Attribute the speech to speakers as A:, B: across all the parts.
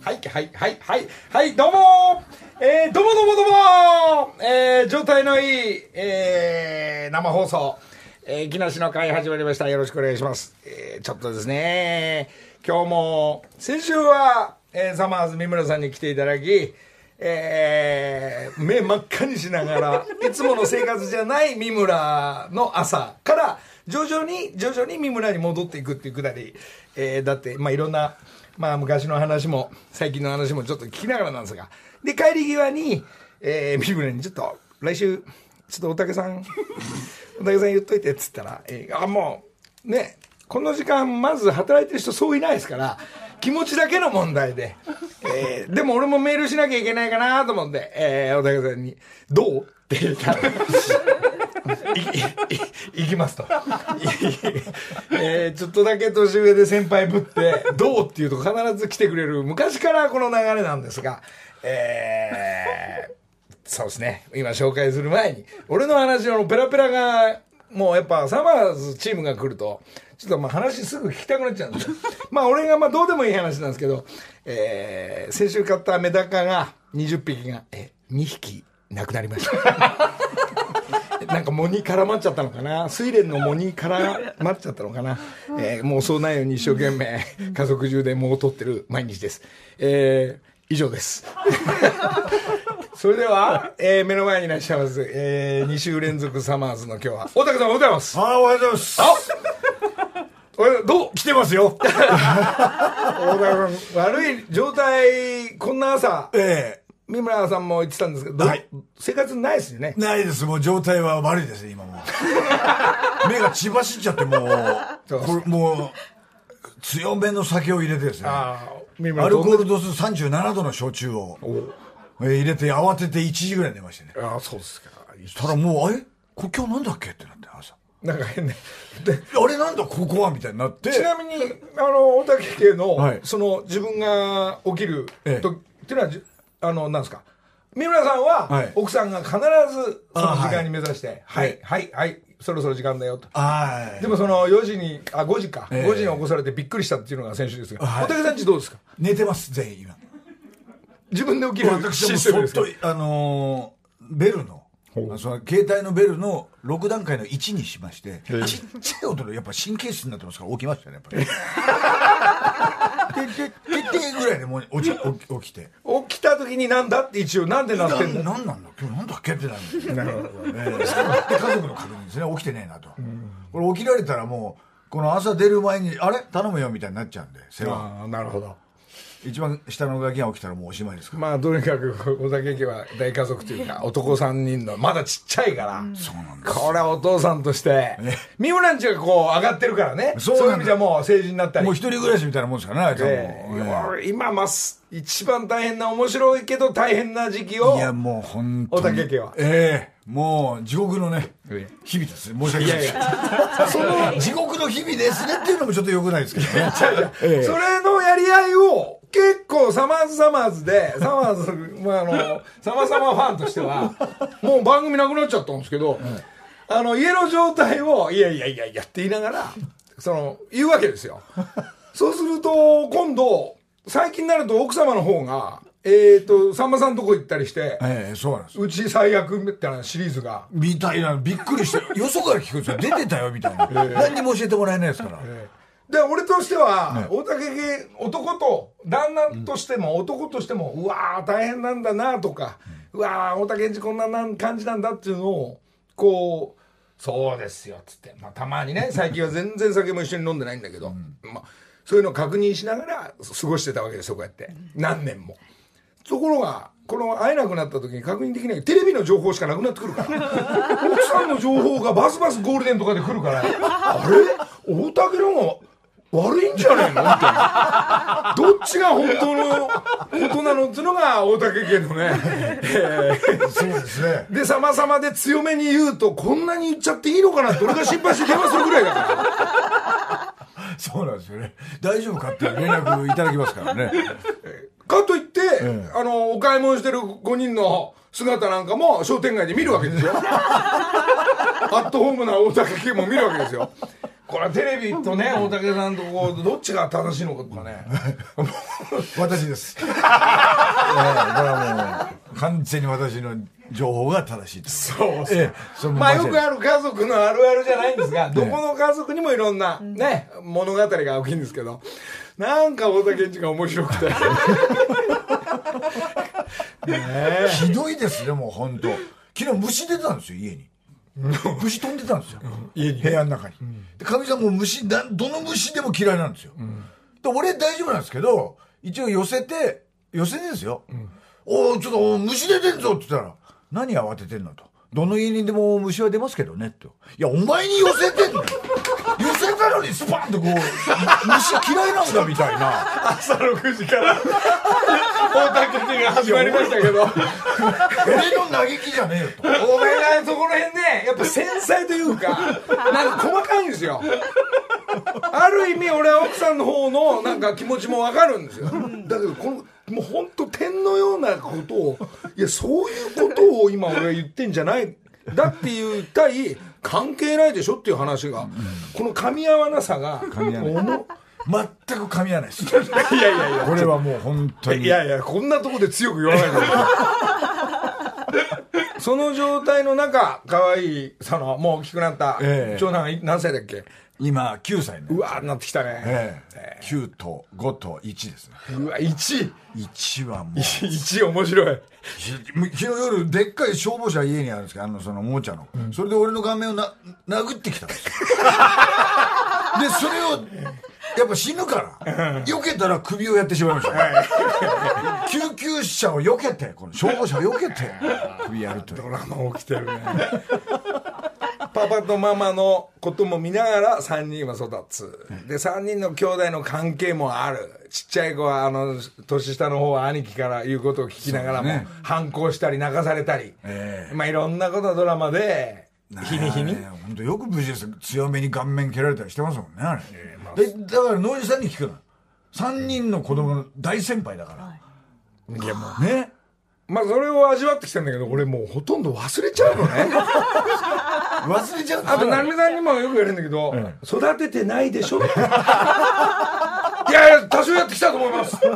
A: はいはいはいはいどうもーえー、どうもどうもどうもーえー、状態のいい、えー、生放送、えー、木梨の会始まりましたよろしくお願いします、えー、ちょっとですね今日も先週は、えー、ザマーズ三村さんに来ていただきえー、目真っ赤にしながらいつもの生活じゃない三村の朝から徐々に徐々に三村に戻っていくっていうくだり、えーだって、まあ、いろんな、まあ、昔の話も最近の話もちょっと聞きながらなんですがで帰り際に、えー三村にちょっと来週ちょっとおたけさんおたけさん言っといてっつったら、えーあもうねこの時間まず働いてる人そういないですから気持ちだけの問題で、えーでも俺もメールしなきゃいけないかなと思って、えー、小竹さんに「どう?」って言ったらいいい行きますと、えーちょっとだけ年上で先輩ぶって「どう?」って言うと必ず来てくれる昔からこの流れなんですがえーそうですね今紹介する前に俺の話のペラペラがもうやっぱサマーズチームが来るとちょっとまあ話すぐ聞きたくなっちゃうんですよ まあ俺がまあどうでもいい話なんですけど、えー先週買ったメダカが20匹がえ2匹なくなりましたなんか藻に絡まっちゃったのかな睡蓮の藻に絡まっちゃったのかな、えーもうそうないように一生懸命家族中で藻を取ってる毎日です、えー以上です それでは、えー目の前にいらっしゃいます、え2週連続サマーズの今日は大竹さんおはようございます
B: あーおはようございます。
A: おはようどう
B: 来てま すよ。
A: 大竹さん悪い状態こんな朝
B: え
A: 三村さんも言ってたんですけど、どう
B: はい
A: 生活ないですよね
B: えないです。もう状態は悪いですね、今もう。目が血走っちゃって、も
A: そう
B: う、これもう、強めの酒を入れてですね。ア
A: ああ三村
B: ル
A: どん
B: コ
A: な
B: ール度数37度の焼酎を
A: お
B: えー入れて慌てて1時ぐらい寝ましてね。
A: ああそうですか
B: たらもう、あれこ今日なんだっけってなって、朝。
A: なんか変ね
B: あれなんだ、ここはみたいになって。
A: ちなみにあの大竹家の、
B: はい
A: その自分が起きると、
B: ええ
A: っていうのはじあのなんですか三村さんは、
B: はい
A: 奥さんが必ずその時間に目指して「は
B: はいい
A: はいはい、そろそろ時間だよ」と。
B: はい。
A: でもその4時にあ5時か、
B: ええ
A: 5時に起こされてびっくりしたっていうのが先週ですが、
B: はい
A: 大竹さんちどうですか
B: 寝てます、全員今。
A: 自分で起きる
B: 私は
A: シ
B: も
A: ステム
B: う
A: です
B: そ
A: か
B: っと、あのーベルの、あその携帯のベルの6段階の1にしまして、ちっちゃい音でやっぱ神経質になってますから起きましたね、やっぱり。で、で、で、でぐらいでもう起き起き起きて。
A: 起きた時になんだって一応なんでな
B: な
A: ってんだ
B: なんなんだ今日なんだっけってなるなるほど、ね、で家族の確認ですね起きてねえなと、これ起きられたらもうこの朝出る前にあれ頼むよみたいになっちゃうんで世話
A: ああなるほど
B: 一番下のガキが起きたらもうおしまいですから、
A: まあとにかく小竹家は大家族というか男3人のまだちっちゃいから、
B: そうなんです
A: これはお父さんとして、三村んちがこう上がってるからね。そ
B: そううな
A: いう
B: んだ
A: 意味じゃもう成人になったり。
B: もう一人暮らしみたいなもんですからねあいつはもう、
A: ええ
B: ええ
A: 俺今ます、一番大変な、面白いけど大変な時期を。
B: いやもう本当
A: お
B: に
A: たけ家は
B: ええもう地獄のね
A: え
B: 日々ですね申し訳ない
A: いやい
B: その地獄の日々ですねっていうの もちょっとよくないですけどね
A: それのやり合いを、結構サマーズサマーズで、サマーズ、まああの、サマサマファンとしては、もう番組なくなっちゃったんですけど、あの、家の状態を、いやいやいやいやって言いながら、その、言うわけですよ。そうすると、今度、最近になると奥様の方が、えっ、と、さんまさんとこ行ったりして、
B: ええそうなんです
A: うち最悪みたいなシリーズが、
B: みたいなびっくりしてよそから聞くんですよ出てたよみたいな、何にも教えてもらえないですから、
A: で俺としては、大竹家男と旦那としても、男としてもうわー大変なんだなとか、うわー大竹んちこんななん感じなんだっていうのをこうそうですよっつって、まあ、たま にね最近は全然酒も一緒に飲んでないんだけど、まあ、そういうのを確認しながら過ごしてたわけですよこうやって何年も。ところがこの会えなくなった時に確認できないテレビの情報しかなくなってくるから奥さんの情報がバスバスゴールデンとかで来るからあれ大竹の方が悪いんじゃねえのみたいなどっちが本当の大人のっつうのが大竹家のね、え
B: そうですね
A: ーで様々で強めに言うとこんなに言っちゃっていいのかなって俺が心配して電話するぐらいだから
B: そうなんですよね大丈夫かっていう連絡いただきますからね
A: かといって、
B: え
A: あのお買い物してる5人の姿なんかも 商店街で見るわけですよアットホームな大竹家も見るわけですよこれはテレビとね大竹さんとこうどっちが正しいのかとかね
B: 私です。 ええだからもう、完全に私の情報が正しいです。
A: そうそう、
B: ええそれも
A: まあ
B: 間違い
A: よくある家族のあるあるじゃないんですが、どこの家族にもいろんなね、物語が大きいんですけど、なんか大竹んちが面白く て。ねえ
B: ひどいですね、もう本当。昨日虫出てたんですよ、家に。虫飛んでたんですよ。
A: 家に
B: 部屋の中に。で、かみさんも虫、だどの虫でも嫌いなんですよ。で、俺大丈夫なんですけど、一応寄せて、寄せてですよ。おおちょっとお虫出てんぞって言ったら、何慌ててんのと。どの家にでも虫は出ますけどね、と。いや、お前に寄せてんの寄せたのにスパンとこう、虫嫌いなんだみたいな。
A: 朝6時から大竹んちが始まりましたけど、
B: 俺の嘆きじゃねえよと。
A: おめがそこら辺ね、やっぱ繊細というか、なんか細かいんですよ。ある意味俺は奥さんの方のなんか気持ちもわかるんですよ。だけどこの、もう本当点のようなことを、いや、そういうことを今俺は言ってんじゃない。だって言いたい、関係ないでしょっていう話が、この噛み合わなさが、おも
B: 全く噛み合わないです。
A: いやいやいや、
B: これはもう本当に。
A: いやいや、こんなとこで強く言わない で。その状態の中、可愛い、その、もう大きくなった、
B: ええ
A: 長男が何歳だっけ
B: 今、9歳ね。
A: うわーなってきたね。
B: ええ9と5と1ですね。
A: うわ、1
B: 1はもう、
A: 位。1位面白い。
B: ひ昨日夜、でっかい消防車家にあるんですけど、あの、その、おもちゃの。それで俺の顔面をな、殴ってきたん ですよ。で、それを、やっぱ死ぬから、避けたら首をやってしまいましたね。救急車を避けて、この消防車を避けて、首やるという
A: ド。ラマ起きてるね。パパとママのことも見ながら3人は育つ。で、3人の兄弟の関係もある。ちっちゃい子は、あの、年下の方は兄貴から言うことを聞きながらも、
B: そうですね
A: 反抗したり泣かされたり。
B: え
A: まあ、いろんなことはドラマで、日に日に。
B: 本当よく無事です強めに顔面蹴られたりしてますもんねあれ、でだから農事さんに聞くの3人の子供の大先輩だか
A: いや、も
B: ら、ね
A: う。まあ、それを味わってきたんだけど、俺もうほとんど忘れちゃうのね。
B: 忘れちゃう
A: あと、成美さんにもよく言われるんだけど、育ててないでしょいやいや、多少やってきたと思います。 で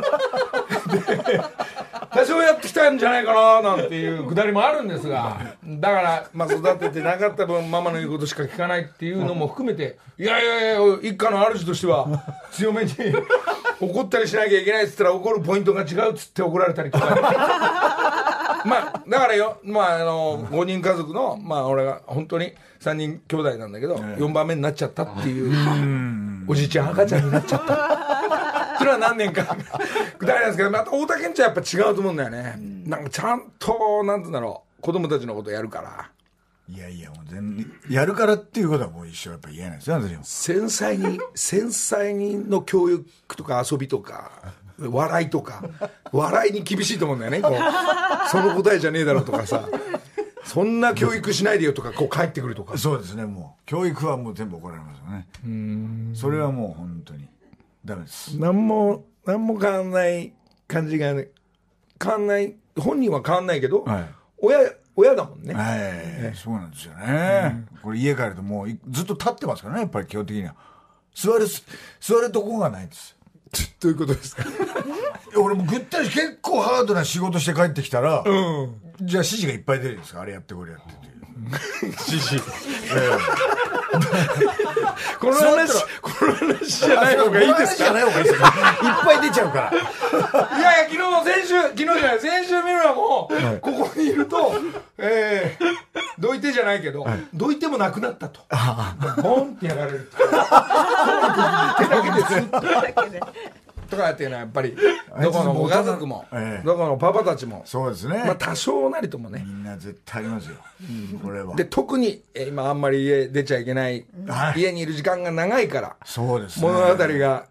A: 多少やってきたんじゃないかな、なんていうくだりもあるんですが、だから、まあ、育ててなかった分、ママの言うことしか聞かないっていうのも含めて、いやいやいや、一家の主としては、強めに 怒ったりしなきゃいけないっつったら、怒るポイントが違うっつって怒られたりとか。まあ、だからよ、まあ、あの、5人家族の、まあ、俺が本当に3人兄弟なんだけど、4番目になっちゃったっていう、おじいちゃん、赤ちゃんになっちゃった。それは何年か、くだりなんですけど、また大竹んちはやっぱ違うと思うんだよね。なんかちゃんと、なんて言うんだろう、子供たちのことやるから、
B: いやいやもう全然やるからっていうことはもう一生やっぱ言えないですよ私も
A: 繊細に、繊細にの教育とか遊びとか、笑いとか、笑いに厳しいと思うんだよね、こう。その答えじゃねえだろうとかさ。そんな教育しないでよとか、こう帰ってくるとか。
B: そうですねもう教育はもう全部怒られますよねそれはもう本当にダメです
A: 何も何も変わんない感じがね変わんない本人は変わんないけど、
B: はい
A: 親親だもんね、
B: はい、そうなんですよね、これ家帰るともういずっと立ってますからねやっぱり基本的には座るす座るとこがないんです
A: どういうことですか
B: いや俺もぐったり結構ハードな仕事して帰ってきたら、じゃあ指示がいっぱい出るんですかあれやってこれやってっていう
A: じじいこの話この話 じゃない方がいいですか
B: この話じゃない方がいいですよいっぱい出ちゃう から
A: いやいや昨日先週昨日じゃない先週見るのも、ここにいるとええどいてじゃないけど、どいてもなくなったとボンってやられると手だけでずっととかっていうのはやっぱりどこのご家族も、
B: ええ
A: どこのパパたちも
B: そうですね、
A: まあ多少なりともね
B: み。んな絶対ありますよ、これは
A: で、特に、えー今あんまり家出ちゃいけない、
B: はい
A: 家にいる時間が長いから、
B: そうですね
A: 物語が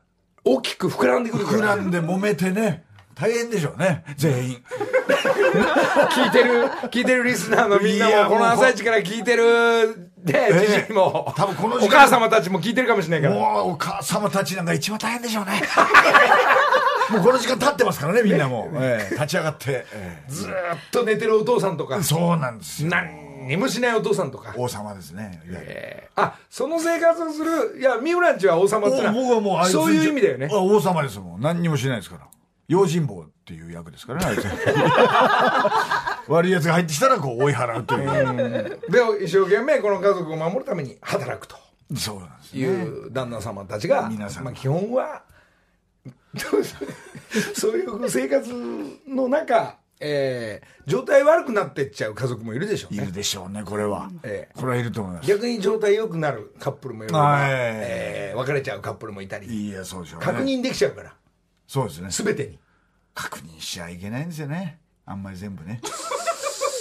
A: 大きく膨らんでくるか
B: 膨ら
A: ら、
B: んで揉めてね大変でしょうね全員
A: 聞いてる、聞いてるリスナーのみんない
B: や
A: も、こ
B: も
A: の
B: う
A: 朝一から聞いてる、で、
B: ええ
A: じじいも、
B: 多分この
A: お
B: 時間
A: 母様たちも聞いてるかもしれないから、
B: もうお母様たちなんか一番大変でしょうね もうこの時間経ってますからねみんなもう、ええ立ち上がって、え
A: ずーっと寝てるお父さんとか
B: え、そうなんですよ
A: 何にもしないお父さんとか。
B: 王様ですね。いわゆる
A: えーあ、その生活をする、いや、三村んちは王様っての
B: お僕はもうあいつ
A: そういう意味だよね
B: あ。王様ですもん何にもしないですから用心棒っていう役ですからねあいつ 悪いやつが入ってきたらこう追い払うという
A: で、一生懸命この家族を守るために働くと
B: そうなんです
A: いう旦那様たちが、
B: 皆さん
A: まあ基本は、 そういう生活の中、えー状態悪くなってっちゃう家族もいるでしょう
B: い
A: ね。
B: るでしょうねこれは、
A: え
B: これはいると思います
A: 逆に状態良くなるカップルもいれば、
B: はい
A: えー別れちゃうカップルもいたり、
B: いやそうでしょうね
A: 確認できちゃうから、
B: そうですね
A: すべてに。
B: 確認しちゃいけないんですよねあんまり全部ね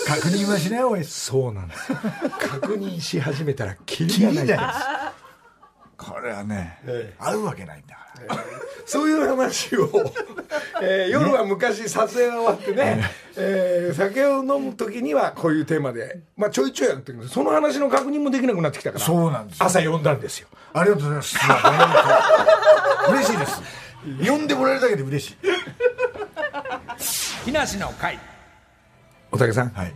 B: 確認はしない 方がいいです
A: そうなんです。確認し始めたら、キ
B: 気
A: リが
B: に
A: な
B: ないい
A: で
B: ですすこれはね、
A: ええ
B: 合うわけないんだから、
A: そういう話 を、えー夜は昔撮影が終わってね、えー酒を飲む時にはこういうテーマで、まあ、ちょいちょいやってるんですその話の確認もできなくなってきたから
B: そうなんですよ
A: 朝呼んだんですよ
B: ありがとうございます。嬉しいです。呼んでもらえるだけで嬉しい。
A: 木梨の会おたけさん、
B: はい。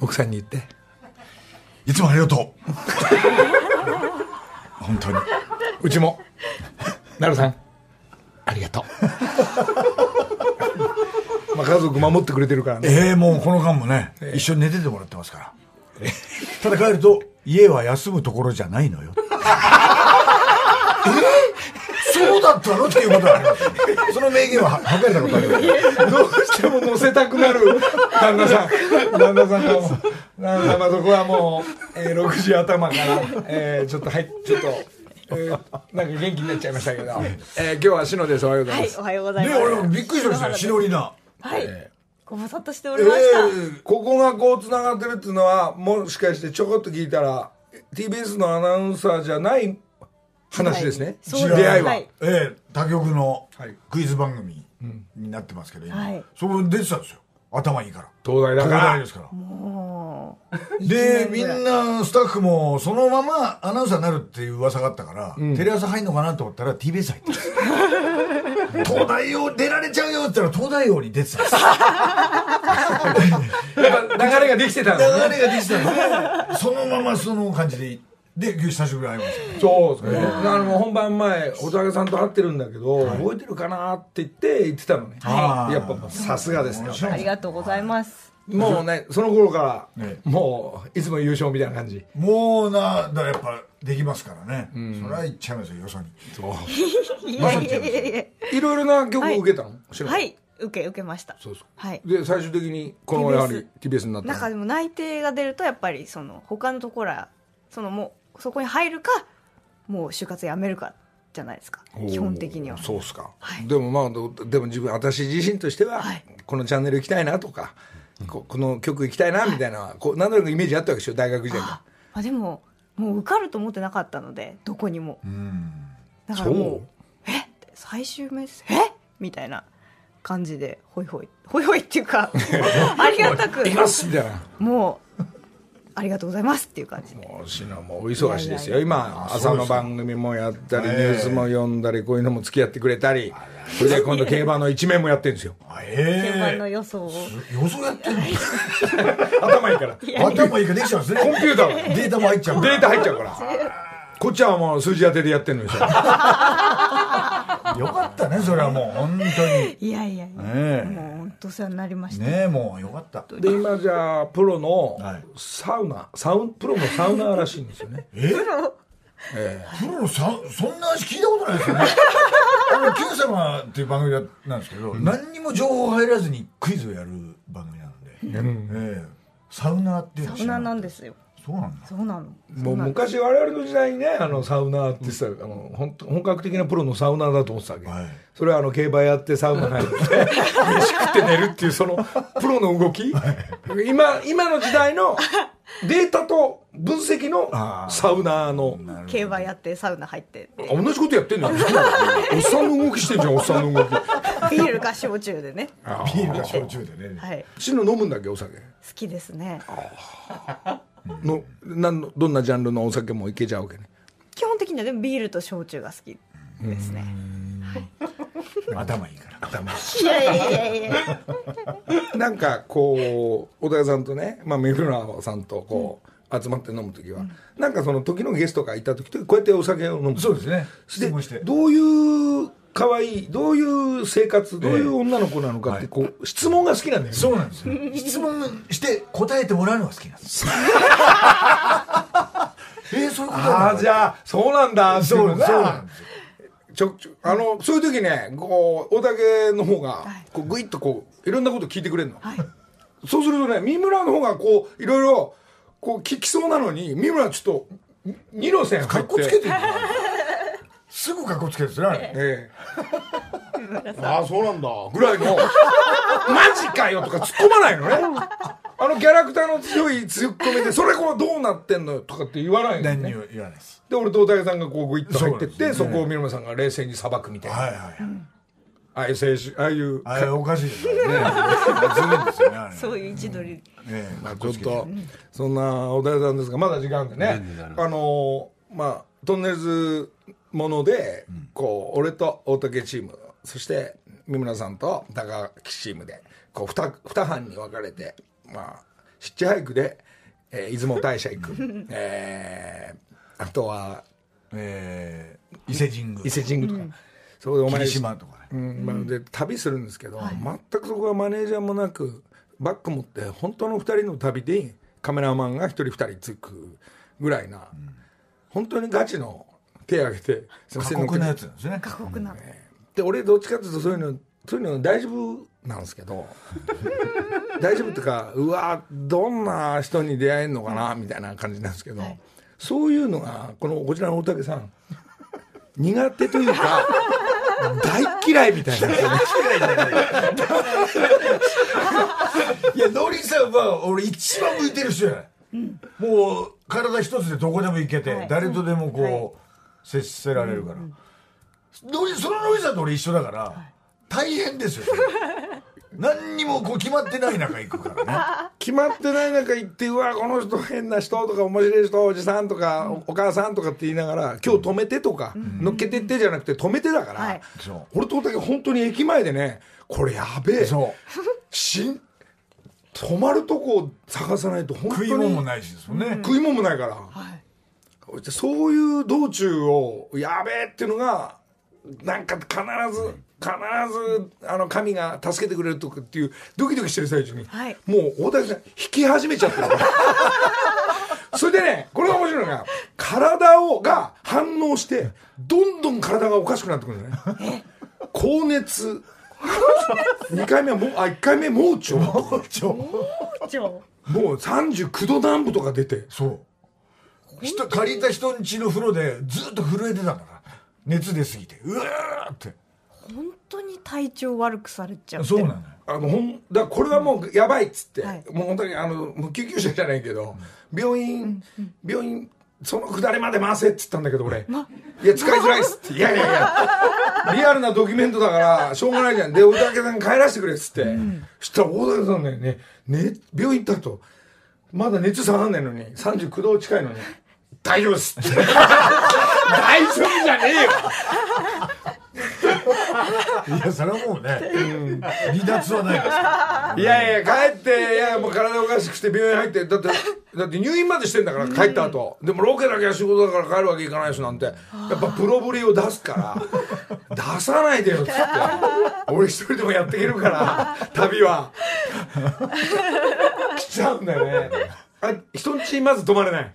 A: 奥さんに言って
B: いつもありがとう。本当に。
A: うち もなるさんありがとう まあ家族守ってくれてるからね
B: ええもうこの間もね、一緒に寝ててもらってますから。ただ帰ると、家は休むところじゃないのよ。えそうだったのっていうことはありますよね。その名言はは破壊たことありますよ。
A: どうしても乗せたくなる旦那さん旦那さんがもう旦那さんまあそこはもう、えー、60頭から、えー、ちょっとはいちょっと、えー、なんか元気になっちゃいましたけど、えー、今日は篠ですおはようござい
C: は
A: ま
C: い
A: す、、
C: おはようござい
B: ね
C: ま
B: 俺
C: す。
B: もびっくり しましたよ、しのりな。
C: はい、ご無沙汰してお
B: え
C: りました。
A: ここがこうつながってるっていうのはもしかしてちょこっと聞いたら TBS のアナウンサーじゃない話ですね、
C: そうです
A: 出会いは、
C: はい
B: ええ他局の
A: はい
B: クイズ番組になってますけど、今
C: はい
B: そこに出てたんですよ頭いいから
A: 東大だから
B: 東大ですからでみんなスタッフもそのままアナウンサーになるっていう噂があったから、テレ朝入んのかなと思ったら TBS 入ってた東大王出られちゃうよって言ったら東大王に出てたんです
A: やっぱ流れができてたんですね
B: 流れができてたんですねそのままその感じでで久しぶりに会いましたね
A: そうですね、あの本番前おたけさんと会ってるんだけど、覚えてるかなって言って言ってたのね、
B: はい
A: やっぱもうさすがですね
C: ありがとうございます。
A: もうねその頃から、
B: ね
A: もういつも優勝みたいな感じ
B: もうなだからやっぱできますからね、それは言っちゃいますよよそに
C: いやいやいやいや。
A: いろいろな曲を受けたの、白
C: は、い、受け受けました。
A: そうそう
C: はい。
A: で最終的にこの
C: TBS
A: やはり TBS にな
C: なん
A: った
C: かで
A: の
C: も内定が出るとやっぱりその他のところはそのもうそこに入るかもう就活やめるかじゃないですか基本的には
A: おーそうっすか、
C: はい
A: でもまあどでも自分私自身としては、
C: はい
A: このチャンネル行きたいなとかここの曲行きたいなみたいな、こうなんとなくイメージあったわけでしょ大学時代
C: あ
A: か
C: まあでももう受かると思ってなかったのでどこにも
B: うん
C: だからもうえって最終面接えみたいな感じでホイホイホイホイっていうかありがたく
A: らいますみたいな
C: もうありがとうございますっていう感じで
A: もうしのもうお忙しいですよ
C: いやいやいや
A: 今
B: あ
A: 朝
B: そうですか
A: の番組もやったりニ
B: ええ
A: ュースも読んだりこういうのも付き合ってくれたりそれで今度競馬の一面もやってるんですよ
B: あええ
C: 順番の予想を
B: 予想やってる
A: 頭いいから
B: の頭いいからできちゃうんですね
A: コンピューター
B: データも入っちゃう
A: データ入っちゃうからこっちはもう数字当てでやってるのにさ
B: よかったねそれはもう本当にね
C: いやいやいや
B: え
C: もう本当お世話になりました
B: ねえもうよかった
A: で今じゃあプロの
B: はい
A: サウナサウンプロのサウナーらしいんですよね
B: え
A: え
B: プロのさそんな話聞いたことないですよ ねあの「Q 様」っていう番組だなんですけど、何にも情報入らずにクイズをやる番組なんで、ええサウナーっていうの
C: サウナーなんですよ
B: そうなんだ
C: そうなの
A: もう昔我々の時代にねあのサウナーってさ、あの本当本格的なプロのサウナーだと思ってたわけ、
B: はい
A: それはあの競馬やってサウナ入って飯食って寝るっていうそのプロの動き今今の時代のデータと分析のサウナーの
C: 競馬やってサウナ入って
A: 同じことやってんだよおっさんの動きしてんじゃんおっさんの動き
C: ビールか焼酎でね
B: ビールが焼酎でね、
C: はい
A: 死ぬ飲むんだっけお酒
C: 好きですね
A: のなんのどんなジャンルのお酒もいけちゃうわけね
C: 基本的にはでもビールと焼酎が好きですね
B: 頭いいから頭いい
C: いやいやいやいや
A: なんかこう小田さんとね、まあ、三浦さんとこう、集まって飲む時は、なんかその時のゲストがいた時とこうやってお酒を飲む
B: そうですね質問し
A: して
B: て
A: どういう可愛いどういう生活どういう女の子なのかってこう、質問が好きなんだよね
B: そうなんですよ質問して答えてもらうのが好きなんです えー、そういうこと
A: ああじ
B: ゃ
A: ゃあそうなんだ
B: そうなんです
A: そ
B: そうう
A: な
B: なんん
A: で
B: ですす
A: ちょちょあのそういう時ねこうおたけの方がこうグイッとこういろんなこと聞いてくれるの、
C: はい
A: そうするとね三村の方がこういろいろこう聞きそうなのに三村ちょっと二の線入
B: か
A: っ
B: ってこつけてるのすぐかっこつけるんですねあれ
A: ええ、ああそうなんだぐらいの マジかよとか突っ込まないのねあのキャラクターの強い突っ込みでそれこうどうなってんのよとかって言わないの
B: 何に
A: ね
B: も言わないです
A: で俺と大竹さんがこうグイッと入ってってそ,、
B: そうですね
A: こを三村さんが冷静に裁くみたいな、
B: はいはい
A: ああいう青春ああいう
B: あれおかしいです よねずるいですよねあれ
C: そういう位置取り
B: ええ
A: まあ、ちょっとそんな小田さんですがまだ時間でねあのーまあトンネルズもので、こう俺と大竹チームそして三村さんと高木チームでこう 2, 二班に分かれてまあヒッチハイクで、えー出雲大社行 くえーあとは
B: ええ伊勢神宮
A: 伊勢神宮とか、そこでお前
B: 霧島とかね
A: うんまあ、で旅するんですけど、全くそこはマネージャーもなくバッグ持って本当の2人の旅でカメラマンが1人2人つくぐらいな、本当にガチの手挙げてすいま
B: 過
A: せん
B: 酷なやつなんですね
C: 過酷な
A: で俺どっちかっていうとそういうのそういうの大丈夫なんですけ ど大丈夫っていうかうわどんな人に出会えるのかなみたいな感じなんですけど、
C: はい
A: そういうのがこのこちらの大竹さん苦手という か大嫌いみたいなんですよね
B: いや農林さんは俺一番向いてる人じゃない、もう体一つでどこでも行けて、
C: はい
B: 誰とでもこう、
C: はい
B: 接せられるから、農林その農林さんと俺一緒だから、大変ですよそれ何にもこう決まってない中行くからね
A: 決まってない中行ってうわこの人変な人とか面白い人おじさんとかおお母さんとかって言いながら今日止めてとか乗っけてってじゃなくて止めてだか
C: は
A: ら
C: い
B: そう
A: 俺と大竹本当に駅前でねこれや べえ
B: そ
A: しん止まるとこを探さないと
B: う
A: 本当
B: 食
A: に
B: い物もないしですもんね、
A: 食い物もないから、そういう道中をやべえっていうのがなんか必ず必ずあの神が助けてくれるとかっていうドキドキしてる最中に、
C: はい
A: もう大竹さん引き始めちゃってるそれでねこれが面白いのが体をが反応してどんどん体がおかしくなってくるのね高熱2回目はもうあ1回目盲腸も
B: そう
C: 超
A: う39度南部とか出て
B: そう人借りた人ん家の風呂でずっと震えてたから熱出すぎてうわーって
C: 本当に体調悪くされちゃって
B: そうなのよ
A: あのほんだからこれはもうやばいっつって、
C: はい
A: もう本当にあのもう救急車じゃないけど、病院、病院そのくだりまで回せっつったんだけど俺、いや使いづらいっすっていやいやいやリアルなドキュメントだからしょうがないじゃんで大竹さん帰らせてくれっつって、そしたら大竹さんねねね病院行った後まだ熱下がんないのに39度近いのに「大丈夫っす」って大丈夫じゃねえよ
B: いやそれはもうね、離脱はないですから
A: いやいや、帰って、いや、もう体おかしくして病院入って、だって、だって入院までしてんだから、帰った後。でもロケだけは仕事だから帰るわけいかないしなんて、やっぱプロぶりを出すから、出さないでよっつって。俺一人でもやっていけるから、旅は。来ちゃうんだよね。あ人んちまず泊まれない。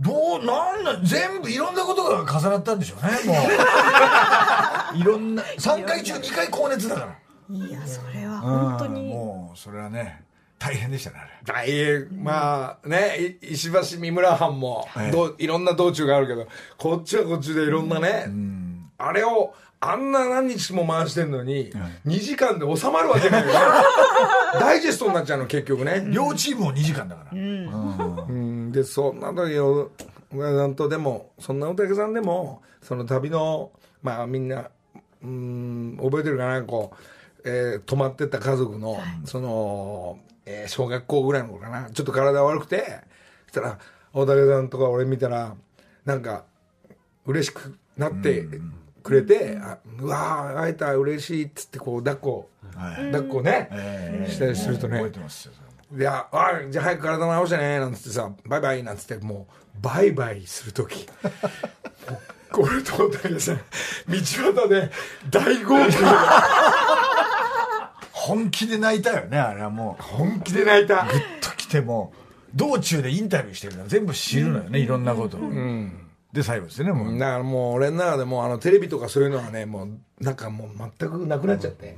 B: どうなんだ全部いろんなことが重なったんでしょうねも ういろんな3回中2回高熱だから
C: いやそれは本当
B: うん
C: に
B: もうそれはね大変でしたねあれ
A: 大変、まあね、い石橋三村藩も
B: ええ
A: どう、いろんな道中があるけど、こっちはこっちでいろんなね、あれを、あんな何日も回してんのに、2時間で収まるわけない よね。ダイジェストになっちゃうの、結局ね。
B: 両チームを2時間だから、
A: うん、で、そんな時、お小田さんとでも、そんなおたけさんでも、その旅の、まあみんな、うん、覚えてるかな、こう、えー泊まってった家族の、その、えー小学校ぐらいの頃かな、ちょっと体悪くて、そしたら、大竹さんとか俺見たら、なんか、嬉しくなって、くれて、あうわー会えた嬉しいっつってこう抱っこ、
B: はい
A: 抱っこね、
B: ええ
A: したりするとね、
B: もう覚えてますよそれも
A: いや、あじゃあ早く体直してね、なんつってさ、バイバイなんつって、もう、バイバイするとき。これと思ったけどさ、道端で大号泣。
B: 本気で泣いたよねあれはもう
A: 本気で泣いた。
B: と来ても道中でインタビューしてるから全部知るのよね、いろんなことを、で最後ですよねもう、
A: だからもう俺の中でもうあのテレビとかそういうのはねもうなんかもう全くなくなっちゃって、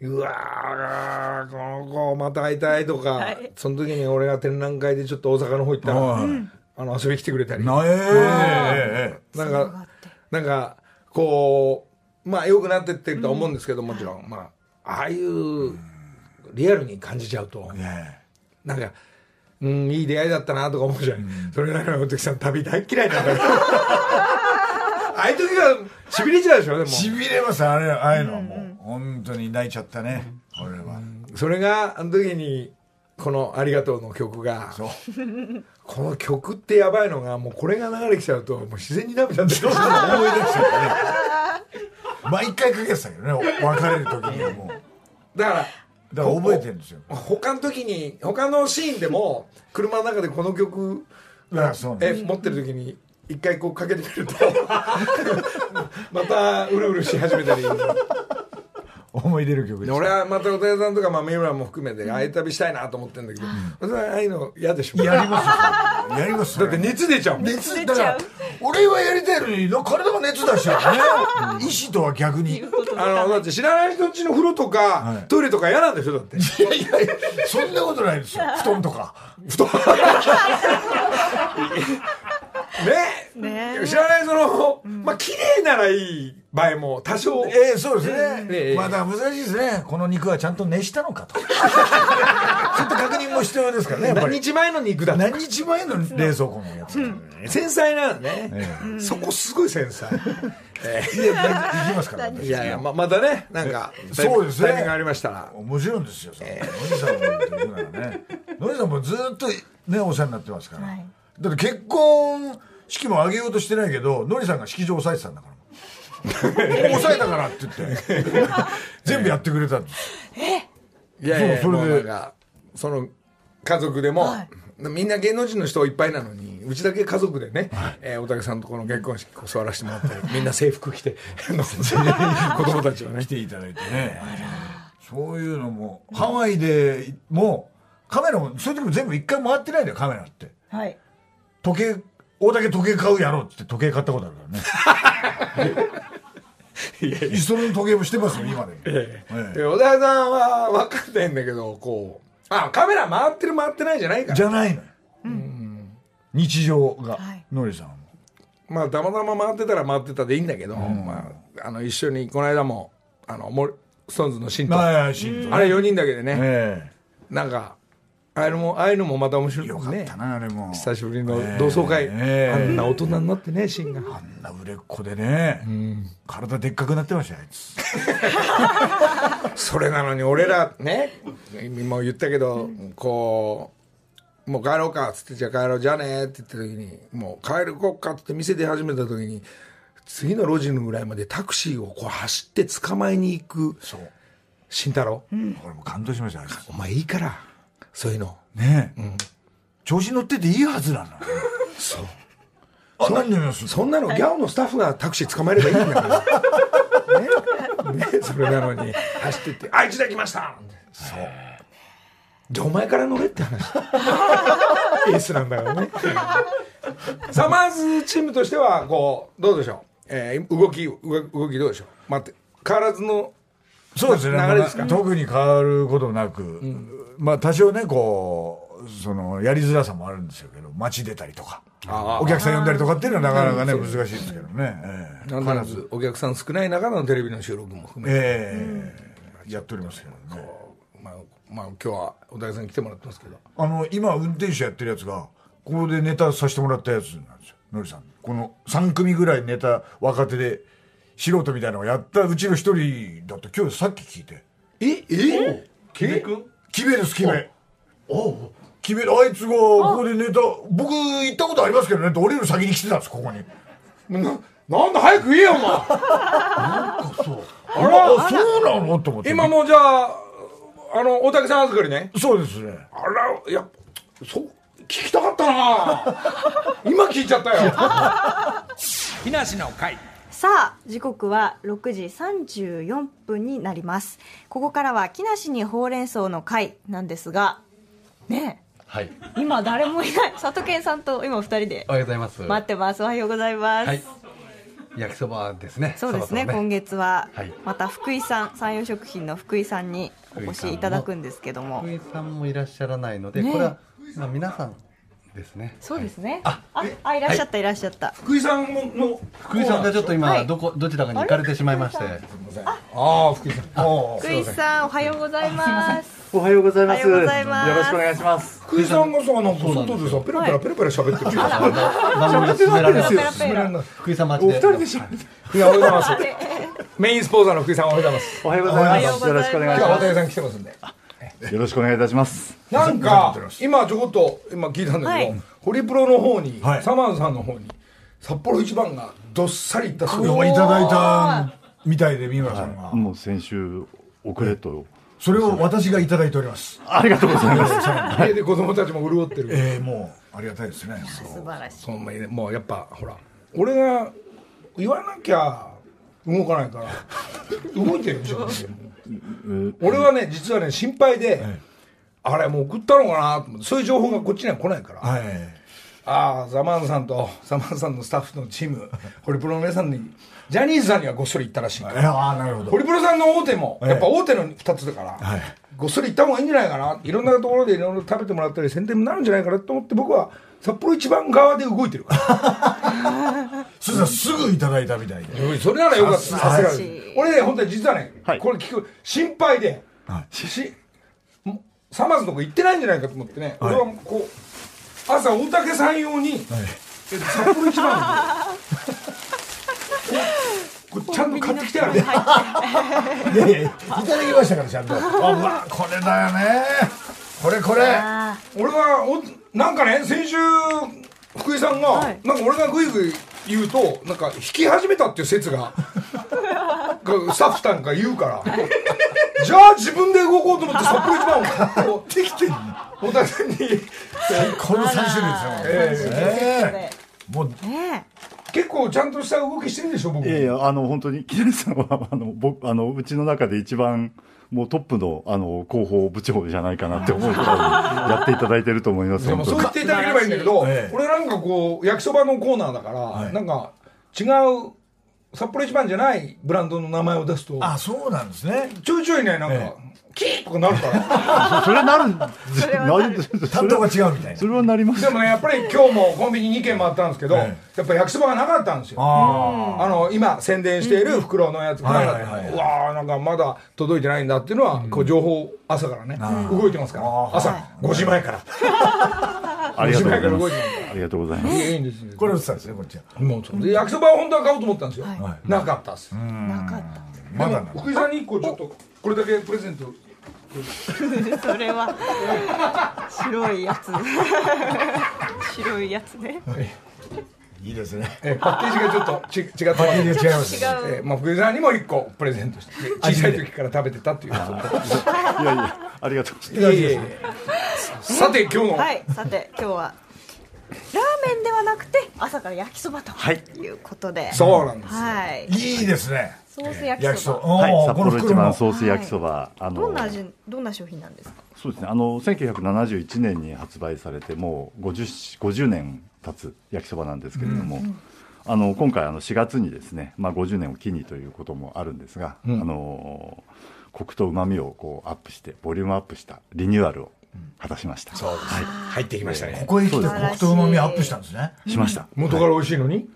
A: うわーこの子また会いたいとか、
C: はい
A: その時に俺が展覧会でちょっと大阪の方行ったら、
B: はい
A: あの遊びに来てくれたり
B: なええ
A: なんか、なんか、こう、まあ、良くなってってるとは思うんですけど、もちろん、まあ、ああいう、リアルに感じちゃうと
B: ええ、え
A: なんか、うん、いい出会いだったなとか思うじゃん。それなのに、おときさん、旅大っ嫌いなん だよ。ああいう時は、しびれちゃうでしょ、で
B: えし
A: も。
B: びれますあれああいうのはもう、本当に泣いちゃったね、これは、
A: それが、あの時に、この、ありがとうの曲が、
B: そう
A: この曲ってやばいのが、もうこれが流れてきちゃうと、もう自然にダメなんだよ。
B: 思い出しちゃったね毎回かけてたけどねお別れる時にはもう
A: だから、
B: だから覚えてるんですよ
A: 他の時に他のシーンでも車の中でこの曲
B: ああそうなんだ
A: え持ってる時に一回こうかけてみると またうるうるし始めたり
B: 思い出る曲です
A: で俺はまた歌屋さんとかまあ三浦も含めてああいう旅したいなと思ってるんだけど、それはああいうの嫌でしょ
B: やりますよそれやります
A: だ
B: よ
A: って熱出ちゃうもん
B: 熱
C: 出
B: だか
C: ちゃ
B: ら
C: う
B: 俺はやりたいのにな体が熱出しちゃうね意思とは逆にい
A: あのだって知らない人んちの風呂とか、
B: い
A: トイレとか嫌なんでしょだって
B: やいやいやそんなことないですよ布団とか
A: 布団 ね
C: ねえ
A: 知らないその、まあ綺麗ならいい場合も多少
B: ええそうですね、
A: ええ
B: まあだから難しいですねこの肉はちゃんと熱したのか とちょっと確認も必要ですからねやっぱ
A: 何
B: り
A: 日前の肉だと
B: 何日前の冷蔵庫のやつ、
A: 繊細なのね、そこすごい繊 細
B: いやいきますから
A: いやいやままたねなんか
B: えそうですね
A: タイミングがありましたら
B: もちろんですよ、ノリさんも言ってくならね。ノリさんもずっとね、お世話になってますから。
C: はい
B: だって結婚式も挙げようとしてないけど、ノリさんが式場押さえてたんだから。押さえたからって言 って、全部やってくれたんです。
A: いやいや
B: そうそれ
A: も
B: で
A: うなんかその家族でも、
C: はい
A: みんな芸能人の人いっぱいなのにうちだけ家族でね、えー、おたけさんとこの結婚式こう座らせてもらったりみんな制服着 て子供たちはね
B: 来ていただいてね。そういうのも、ハワイでも、カメラも、そういう時も全部一回回ってないんだよ、カメラって。
C: はい
B: 時計、大竹時計買うやろうって言って時計買ったことあるからね。イストルの時計もしてますよ、今でも。
A: え
B: え
A: え、小田さんは分かんないんだけどこうあカメラ回ってる回ってないじゃないから
B: じゃないのよ、日常が
C: はい
B: ノリさんも
A: まあたまたま回ってたら回ってたでいいんだけど、まあ、あの一緒にこの間もあのモルストーンズのシンと、
B: まあい
A: あ
B: やシンとね
A: れ4人だけでね、
B: え
A: なんかああいうのもああいうのもまた面白
B: え
A: い
B: よかったな、あれも
A: 久しぶり
B: え
A: の
B: え
A: 同窓会、
B: ええ
A: あんな大人になってねシンが
B: あんな売れっ子でね、体でっかくなってましたよあいつ
A: それなのに俺らねもう言ったけどこうもう帰ろうかっつってじゃあ帰ろうじゃあねって言った時にもう帰るこっかっつって店出始めた時に次の路地のぐらいまでタクシーをこう走って捕まえに行く
B: そう
A: 慎太郎、
B: 俺も感動しましたよあいつ
A: お前いいからそういうの
B: ねえ、調子乗ってていいはずなのよ
A: そう
B: あ何飲みます
A: そんなのギャオのスタッフがタクシー捕まえればいいんだからねねそれなのに走ってって「あいつで来ました!」そうじゃあお前から乗れって話エースなんだからねさあまずチームとしてはこうどうでしょう、えー動き動動きどうでしょう待って変わらずの
B: そうですね
A: 流れですか
B: まあ特に変わることなく、まあ多少ねこうそのやりづらさもあるんですよけど街出たりとか
A: あー
B: お客さん呼んだりとかっていうのはなかなかね難しいですけどね、ええ
A: なんとなくお客さん少ない中のテレビの収録も含めて
B: ええやっておりますけどね
A: まあ、まあ、今日はお大さんに来てもらってますけど
B: あの今運転手やってるやつがここでネタさせてもらったやつなんですよのりさんこの3組ぐらいネタ若手で素人みたいなのをやったうちの一人だって今日さっき聞いて
A: ええキベ君
B: キベですキベキベあいつがここでネタ僕行ったことありますけどねって俺より先に来てたんですここに
A: な なんだ早く言えよお
B: なんかそう
A: 前あら
B: あそうなのと思って
A: 今もうじゃああの大竹さん預かりね
B: そうですね
A: あらいやそう聞きたかったな今聞いちゃったよ木梨の会
C: さあ時刻は6時34分になりますここからは木梨にほうれん草の会なんですがね
D: はい。
C: え今誰もい ない里健さんと今二人で
D: おはようございます。
C: 待ってますおはようございます、
D: はい。焼きそばですね。
C: そうですね
D: そろそろ
C: 今月は
D: はい
C: また福井さん山陽食品の福井さんにお越しいただくんですけども
D: 福井さんもいらっしゃらないので、
C: ねえ
D: これは、まあ、皆さんですね。
C: そうですね、
D: はい
C: ああいらっしゃった、い、らっしゃった
A: 福井さんもの
D: 福井さんがちょっと今、
C: はい
D: どこどちらかに行かれてしまいまして。
A: ああ福井さんあー
C: 福井さんおはようございます
E: おはようございます。
C: おはようございます
E: よろしくお願いします。
A: 福井さんがさなんか外でさペラペラペラペラ喋ってる
D: あの番組が進められなかっ
C: ペラ
D: た
C: ペラ
D: 福井さん待
A: お
D: ち
A: 二
D: で。
A: 人で喋ってる福井さんおはようございますメインスポンサーの福井さんおはようございます
E: おはようございます。
C: おはよう
E: よ
C: ご
E: ろ
C: ざいます
E: しくお願い
A: 今日は
E: しま。
A: 渡辺さん来てますんです
E: よろしくお願いいたします。
A: なんか今ちょこっと今聞いたんだけど、
C: はい
A: ホリプロの方に、
B: はい
A: サマーズさんの方に札幌一番がどっさり行ったそう
B: 今
A: で
B: 日いただいたみたいで三村さんが、
E: もう先週遅れと。
B: それを私がいただいております
E: ありがとうございます。
A: 家で子供たちも潤ってる、
B: ええもうありがたいですね
C: 素晴らしい
A: そんなにねもうやっぱほら俺が言わなきゃ動かないから動いてる自分で俺はね実はね心配で、あれもう送ったのかなと思ってそういう情報がこっちには来ないから、
B: はい
A: ああ、ザマンさんと、ザマンさんのスタッフのチーム、ホリプロの皆さんに、ジャニーズさんにはごっそり行ったらしいか
B: え
A: ら
B: えああなるほど
A: ホリプロさんの大手も、
B: ええ
A: やっぱ大手の2つだから、
B: はい
A: ごっそり行った方がいいんじゃないかな、いろんなところでいろいろ食べてもらったり、宣伝になるんじゃないかなと思って、僕は札幌一番側で動いてる から、
B: そしたらすぐいただいたみたいで
A: それならよかった、
B: さ
A: さす
B: す
A: が
B: が
A: に。俺ね、本当に実はね、
E: はい
A: これ聞く、心配で、
B: は
A: しもサマーズのとこ行ってないんじゃないかと思ってね、
B: はい
A: 俺はこう、朝、大竹さん用に、
B: はい
A: 札幌一番 こうこうちゃんと買ってきてやる
B: い やいやいただきましたからちゃんとあうわこれだよねこれこれ
C: あ
A: 俺はおなんかね先週福井さんが、
C: はい
A: なんか俺がグイグイ言うとなんか引き始めたっていう説 ががスタッフさんが言うからじゃあ自分で動こうと思って札幌一番を買って
B: できてる
A: お互いに
B: この3種類ですよ、ええもう
C: ーね
A: 結構ちゃんとした動きしてるでしょ僕
E: いやいや、あの、本当に、木梨さんは、あの、僕、あの、うちの中で一番、もうトップの、あの、広報部長じゃないかなって思うくらいやっていただいてると思います。
A: でも
E: 本
A: そう言
E: 当に
A: っていただければいいんだけど、
B: ええ
A: 俺なんかこう焼きそばのコーナーだから、
B: い
A: なんか違う札幌一番じゃないブランドの名前を出すと
B: あそうなんですね
A: ちょいちょいねなんか、
B: え
A: キーとかなるから
E: そそれなるん、なる、そ
B: 担
E: れ
B: 当が違うみたいな
E: それはなります
A: で。もねやっぱり今日もコンビニ2軒回ったんですけど、
B: え
A: やっぱ焼きそばがなかったんですよ
B: あ
A: あの今宣伝している袋のやつがなかった、
B: はいはいはいう
A: わーなんかまだ届いてないんだっていうのは、こう情報朝からね動いてますから朝5時前から
E: ありがとうございます
A: 自分から動いてる。
E: ありがとうございま
A: い
E: す。
A: やいいんですよ
B: あこれ映ったんですねこっちは
A: もうそうで焼きそばを本当は買おうと思ったんですよ、
B: い
A: なかったっす、
C: えなかっ
B: まだなの
A: 福井さんに一個ちょっとこれだけプレゼント
C: たそれは白いやつ白いやつね
B: いいですね
A: えーパッケージがちょっとち違ってます
B: パッケージが違いま
C: 違
B: す
C: う
A: えーまあ、福井さんにも一個プレゼントして小さい時から食べてたっていう
E: いやいや、ありがとうございます。
A: いやいやいやさて今日の、
C: はいさて今日はラーメンではなくて朝から焼きそばと
E: はい
C: いうことで、はい、
A: そうなんですよ
B: いいですね
C: ソース焼
B: 焼
C: き
B: き
C: そ
B: そ
C: ば
B: ばお
E: はい、
B: ー
E: 札
B: この
E: 幌一
B: 袋も
E: 番ソース焼きそば、あの
C: どんな味どんな商品なんですか
E: そうですねあの1971年に発売されてもう 50, 50年経つ焼きそばなんですけれども、あの今回あの4月にですね、まあ、50年を機にということもあるんですが、あのコクとうまみをこうアップしてボリュームアップしたリニューアルを果たしました、は
A: 入ってきましたね
B: ここへ来てコクとうまみアップしたんですね
E: い、しました、
A: 元から美味しいのに、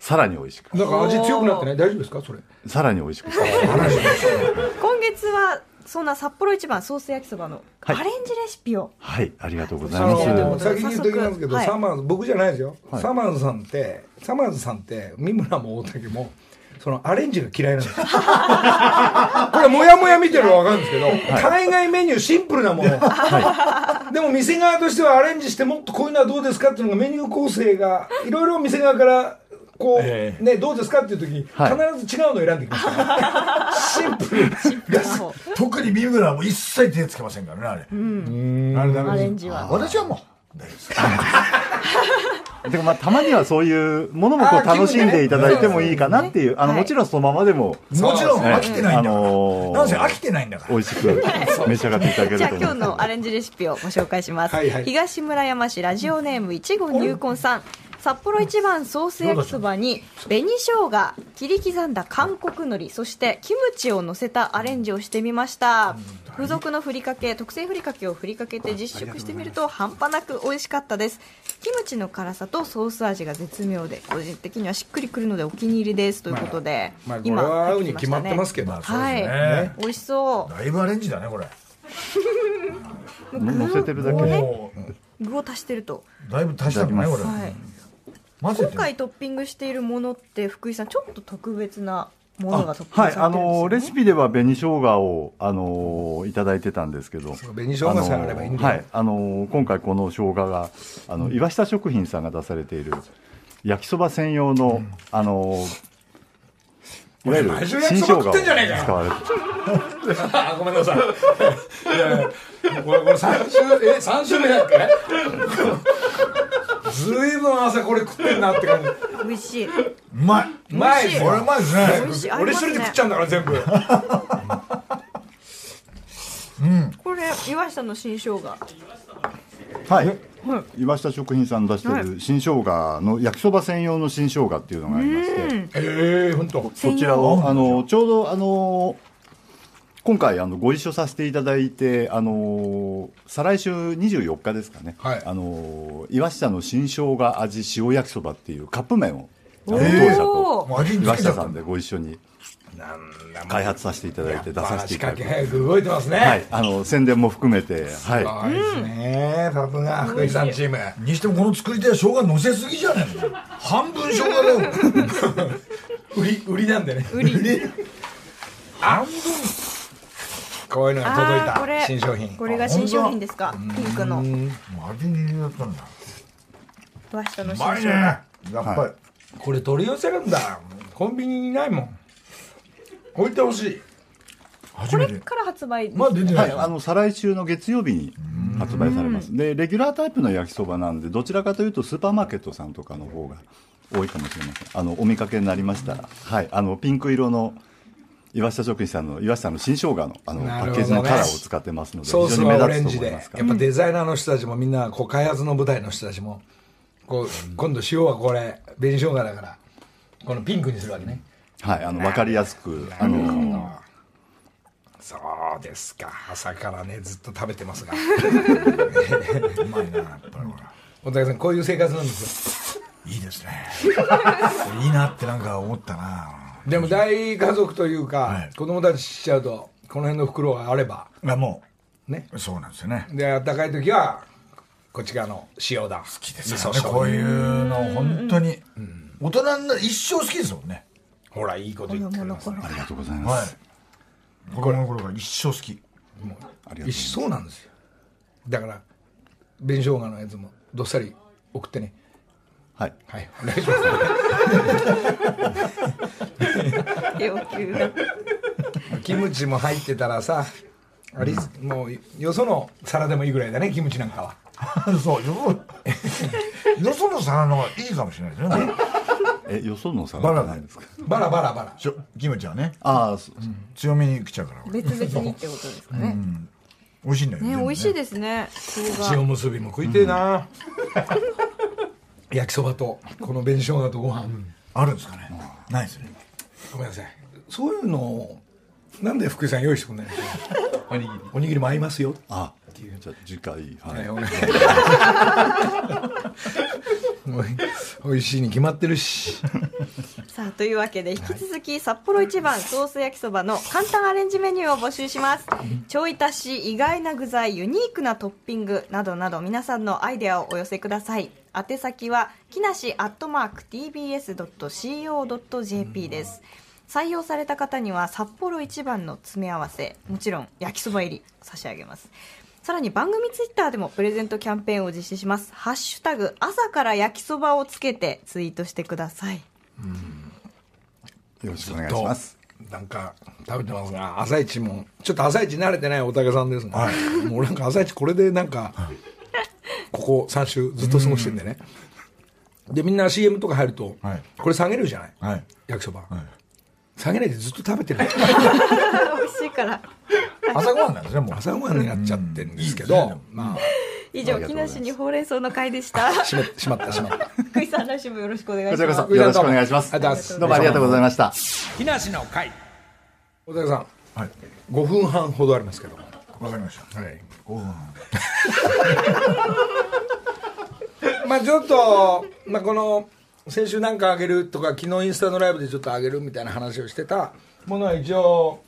E: さらに美味しく
A: なんか味強くなってない大丈夫ですかそれ
E: さらに美味しくした
C: 今月はそんな札幌一番ソース焼きそばのア
E: はい
C: レンジレシピを、
E: はいありがとうござい
A: あ
E: ます
A: の
C: そう
A: 先に言っときますけど、
C: 早速
A: サマーズ僕じゃないですよ、
E: はい
A: サマーズさんってサマーズさんって三村も大竹もそのアレンジが嫌い なんですよこれもやもや見てるのは分かるんですけど、海外メニューシンプルなもの、でも店側としてはアレンジしてもっとこういうのはどうですかっていうのがメニュー構成がいろいろ店側からこう、
B: ええ
A: ね、どうですかっていう時に、
E: はい
A: 必ず違うのを選んできますから。シンプルに。
B: 特にビブラーも一切手つけませんからね、あれ。あれダメ
C: ア
B: です
C: レンジは
B: 私はもう、大丈夫です。
E: でもまあたまにはそういうものもこ
A: あ
E: う
A: ー
E: 楽しんでいただいてもいいかなっていう、あの
C: はい
E: もちろんそのままでも
B: もちろん
E: そう
B: 飽
E: です
B: き
E: ね
B: てないんだから。
E: あのー
B: なんせ飽きてないんだから。
E: 美味しく召し上がっていただける
C: じ
E: と
C: ゃあ
E: 思
C: 今
E: いま
C: 日
E: す。
C: のアレンジレシピをご紹介します。
A: はいはい
C: 東村山市ラジオネームいちご入魂さん。札幌一番ソース焼きそばに紅生姜、切り刻んだ韓国海苔、そしてキムチを乗せたアレンジをしてみました。付属のふりかけ、特製ふりかけをふりかけて実食してみると半端なく美味しかったです。キムチの辛さとソース味が絶妙で、個人的にはしっくりくるのでお気に入りですということで、
A: まあ、これは合うに
C: 入って
A: 決
C: き
A: ま
C: し
A: ったて
C: ね
A: ますけど。
C: はい、
B: ね
C: 美味しそう。
B: だいぶアレンジだね、これ。
E: 乗せてるだけで
B: もう、
C: 具を足してると。
B: だいぶ足したもんね、これ。
C: はい。
B: 混ぜ
C: 今
B: て。
C: 回トッピングしているものって福井さんちょっと特別なものがトッピン
E: は
C: グ
E: い、
C: さ
E: あ
C: れてるんです
E: の
C: よ、ね
E: レシピでは紅生姜をあのいただいてたんですけど、
A: そう紅生姜さえあればいいんだよ
E: あのはい、あの今回この生姜があの岩下食品さんが出されている焼きそば専用の、あのいわゆる
A: 毎週焼
E: 新
A: き
E: 生
A: そば
E: 姜
A: 食
E: を
A: ってんじゃねえかよ
E: 使われて、
A: あごめんなさい。いやいやこれこれ三週え三週目だっけ？ ずいぶん朝これ食ってんなって感じ。
C: 美味しいう
B: まい。
A: うまいです
B: これう
A: よ。
B: まいですね。
C: 美味しい
A: 俺一人で食っちゃ
C: う
A: うんだから全部。
C: これ岩下の新生姜
E: はい、岩下食品さん出してる新生姜の焼きそば専用の新生姜っていうのがありまして。
A: ええ本当。
E: そちらをあのちょうどあの今回あのご一緒させていただいてあの再来週24日ですかね、
A: はい
E: あの岩下の新生姜味塩焼きそばっていうカップ麺をあの当社
C: お
E: と
B: もう味につ
E: 岩
B: けちゃ
E: 下
B: った
E: さ
B: ん
E: ん
B: だ。
E: でご一緒に
A: なんだも
E: 開発させていただいて
A: う。
E: 出
A: ま
E: さ
A: あ
E: せてい
A: 仕
E: ただ
A: 掛
E: き
A: け
E: ま
A: 早く動いてますね。
E: はい、あの宣伝も含めて、はい、
A: 可愛いですね。さすが福井さんチーム。
B: にしてもこの作り手は生姜乗せすぎじゃねえの半分生姜だよ。
A: 売り売りなんでね。
C: 売り
B: 半分。
A: こういうのが届い
C: あーこ
A: た
C: れ
A: 新商品。
C: これが新商品ですかピンク
B: も
C: の
B: う味に入れだったんだ。
C: 岩下の
B: う
C: 新
B: まい
C: 生
B: ね。
C: 姜
B: やっぱり。
A: これ取り寄せるんだ。コンビニにないもん。置いてほしい。
B: 初
C: こ
B: め
C: れ
B: て。
C: から発売
B: まあ出てな
E: はいい、。あの再来週の月曜日に発売されますでレギュラータイプの焼きそばなんでどちらかというとスーパーマーケットさんとかの方が多いかもしれませんあのお見かけになりましたら、はい、あのピンク色の岩下食品さんの岩下の新生姜のあの
A: な
E: パ
A: るほどね
E: ッケージのカラーを使ってますので、
A: ソー
E: 非
A: ス
E: 常に目
A: はオレ
E: 立
A: ン
E: つと
A: ジで
E: 思い
A: や
E: ますから
A: っぱデザイナーの人たちもみんなこう開発の舞台の人たちもこう今度塩はこれ紅生姜だからこのピンクにするわけね
E: はい、あの分かりやすくあの
A: そうですか朝からねずっと食べてます が
B: うまいな、やっぱりほら。
A: 大竹さんこういう生活なんですよ
B: いいですね。 いいなってなんか思ったな。
A: でも大家族というか、
B: はい
A: 子供たちしちゃうとこの辺の袋があれば
B: あも
A: ね
B: う、そうなんですよね。
A: であったかい時はこっち側の塩だ好き
B: ですからねこういうの本当に大人になる一生好きですもんね
A: ほらいいこと言ってくれます
E: ありがとうございます、
B: はい子供の頃から一生好き
E: ありがとうござ
A: 一
E: います
A: 緒そうなんですよだから紅生姜のやつもどっさり送ってね
E: はい、
A: はいお願いします
C: 要求が
A: キムチも入ってたらさあり、もうよその皿でもいいぐらいだねキムチなんかは
B: そうよそよその皿の方がいいかもしれないですね
E: えよそのさ
B: バラ
E: な
B: ないい
E: で
B: です
E: か
A: バラバラバラ
B: ちょキムチはね
E: ああそ
B: 強めに来ちゃうから
C: 別々にってことですかね
B: 美味しいんだよ
C: ね美味しい
B: で
C: ですね生姜
A: 塩むすびも食いてえな、 焼きそばとこの紅生姜とご飯、
B: あるんですかねないですね
A: ごめんなさいそういうのをなんで福井さん用意してくんないの おにぎりおにぎりも合いますよ
E: あじゃあ次回はい、
A: はい おいおいしいに決まってるし
C: さあというわけで引き続き札幌一番ソース焼きそばの簡単アレンジメニューを募集しますちょい足し意外な具材ユニークなトッピングなどなど皆さんのアイデアをお寄せください宛先は木梨アットマーク TBS.CO.jp です採用された方には札幌一番の詰め合わせもちろん焼きそば入り差し上げますさらに番組ツイッターでもプレゼントキャンペーンを実施します「ハッシュタグ朝から焼きそば」をつけてツイートしてください
E: よろしくお願いします。
A: なんか食べてますが朝一もちょっと朝一慣れてないおたけさんですね、もうなんか朝一これでなんかここ3週ずっと過ごしてんでねでみんな CM とか入ると、
B: はい
A: これ下げるじゃない、
B: はい
A: 焼きそば、下げないでずっと食べてる
C: 美味しいから
B: 朝ごはんなんですねもう
A: 朝ごはんになっちゃってるんですけど、
B: うんいいですね
A: ま
C: 以上木梨にほうれん草の会でした
A: あしましまったしま った
C: 福井さん来週もよろしくお願い
E: こ
C: し
E: ちら
C: ます
E: こそよろしくお願いします。
A: ありがとうございます
E: どうもありがとうございました。
A: 木梨の会おたけさん
B: はい
A: 5分半ほどありますけど
B: わかりました
A: はい
B: ご飯
A: まあちょっと、まあ、この先週なんかあげるとか昨日インスタのライブでちょっとあげるみたいな話をしてたものは一応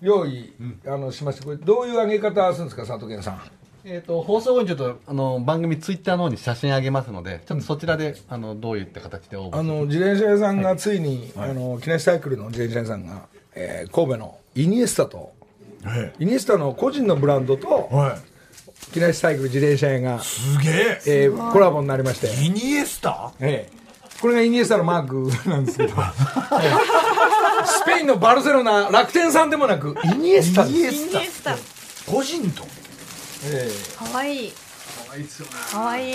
A: 用意、あのしましたこれどういうあげ方するんですか佐藤健さん
D: えっ、と、放送後にちょっと、あの、番組ツイッターの方に写真あげますので、ちょっとそちらで、あの、どういった形で応
A: あ
D: 募
A: の自転車屋さんがついに、あの木梨サイクルの自転車屋さんが、えー神戸のイニエスタと
B: え
A: イニエスタの個人のブランドと
B: えはい
A: 木梨サイクル自転車屋が、
B: すげえ
A: えーコラボになりまして
B: イニエスタ
A: ええ、これがイニエスタのマークなんですけど、ええスペインのバルセロナ楽天さんでもなくイニエスタです
C: イニエスタ
B: 個人と
A: え
C: 可愛い可愛い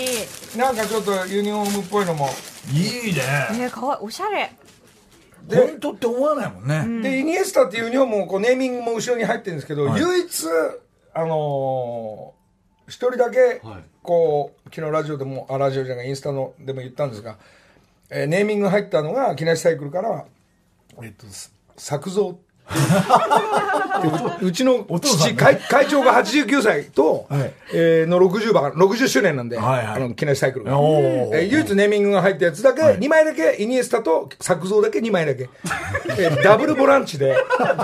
C: いです
A: えなんかちょっとユニフォームっぽいのも
B: いい
C: よ
B: ね
C: ね。可愛いえ可愛いおしゃれ
B: 本当って思わないもんね
A: でイニエスタっていうユニフォームもこうネーミングも後ろに入ってるんですけど、唯一あのー一人だけ
D: はい
A: こう昨日ラジオでもあラジオじゃないインスタのでも言ったんですが、えーネーミング入ったのが木梨サイクルからえっとす作 造ううちの
B: 父さん
A: 父、
B: ね
A: 会会長が89歳と、
B: はい
A: えーの60番60周年なんで、
B: はいはい
A: あの木梨サイクルが、
B: おー
A: えー唯一ネーミングが入ったやつだけ、2枚だけイニエスタと作造だけ2枚だけ、えーダブルボランチで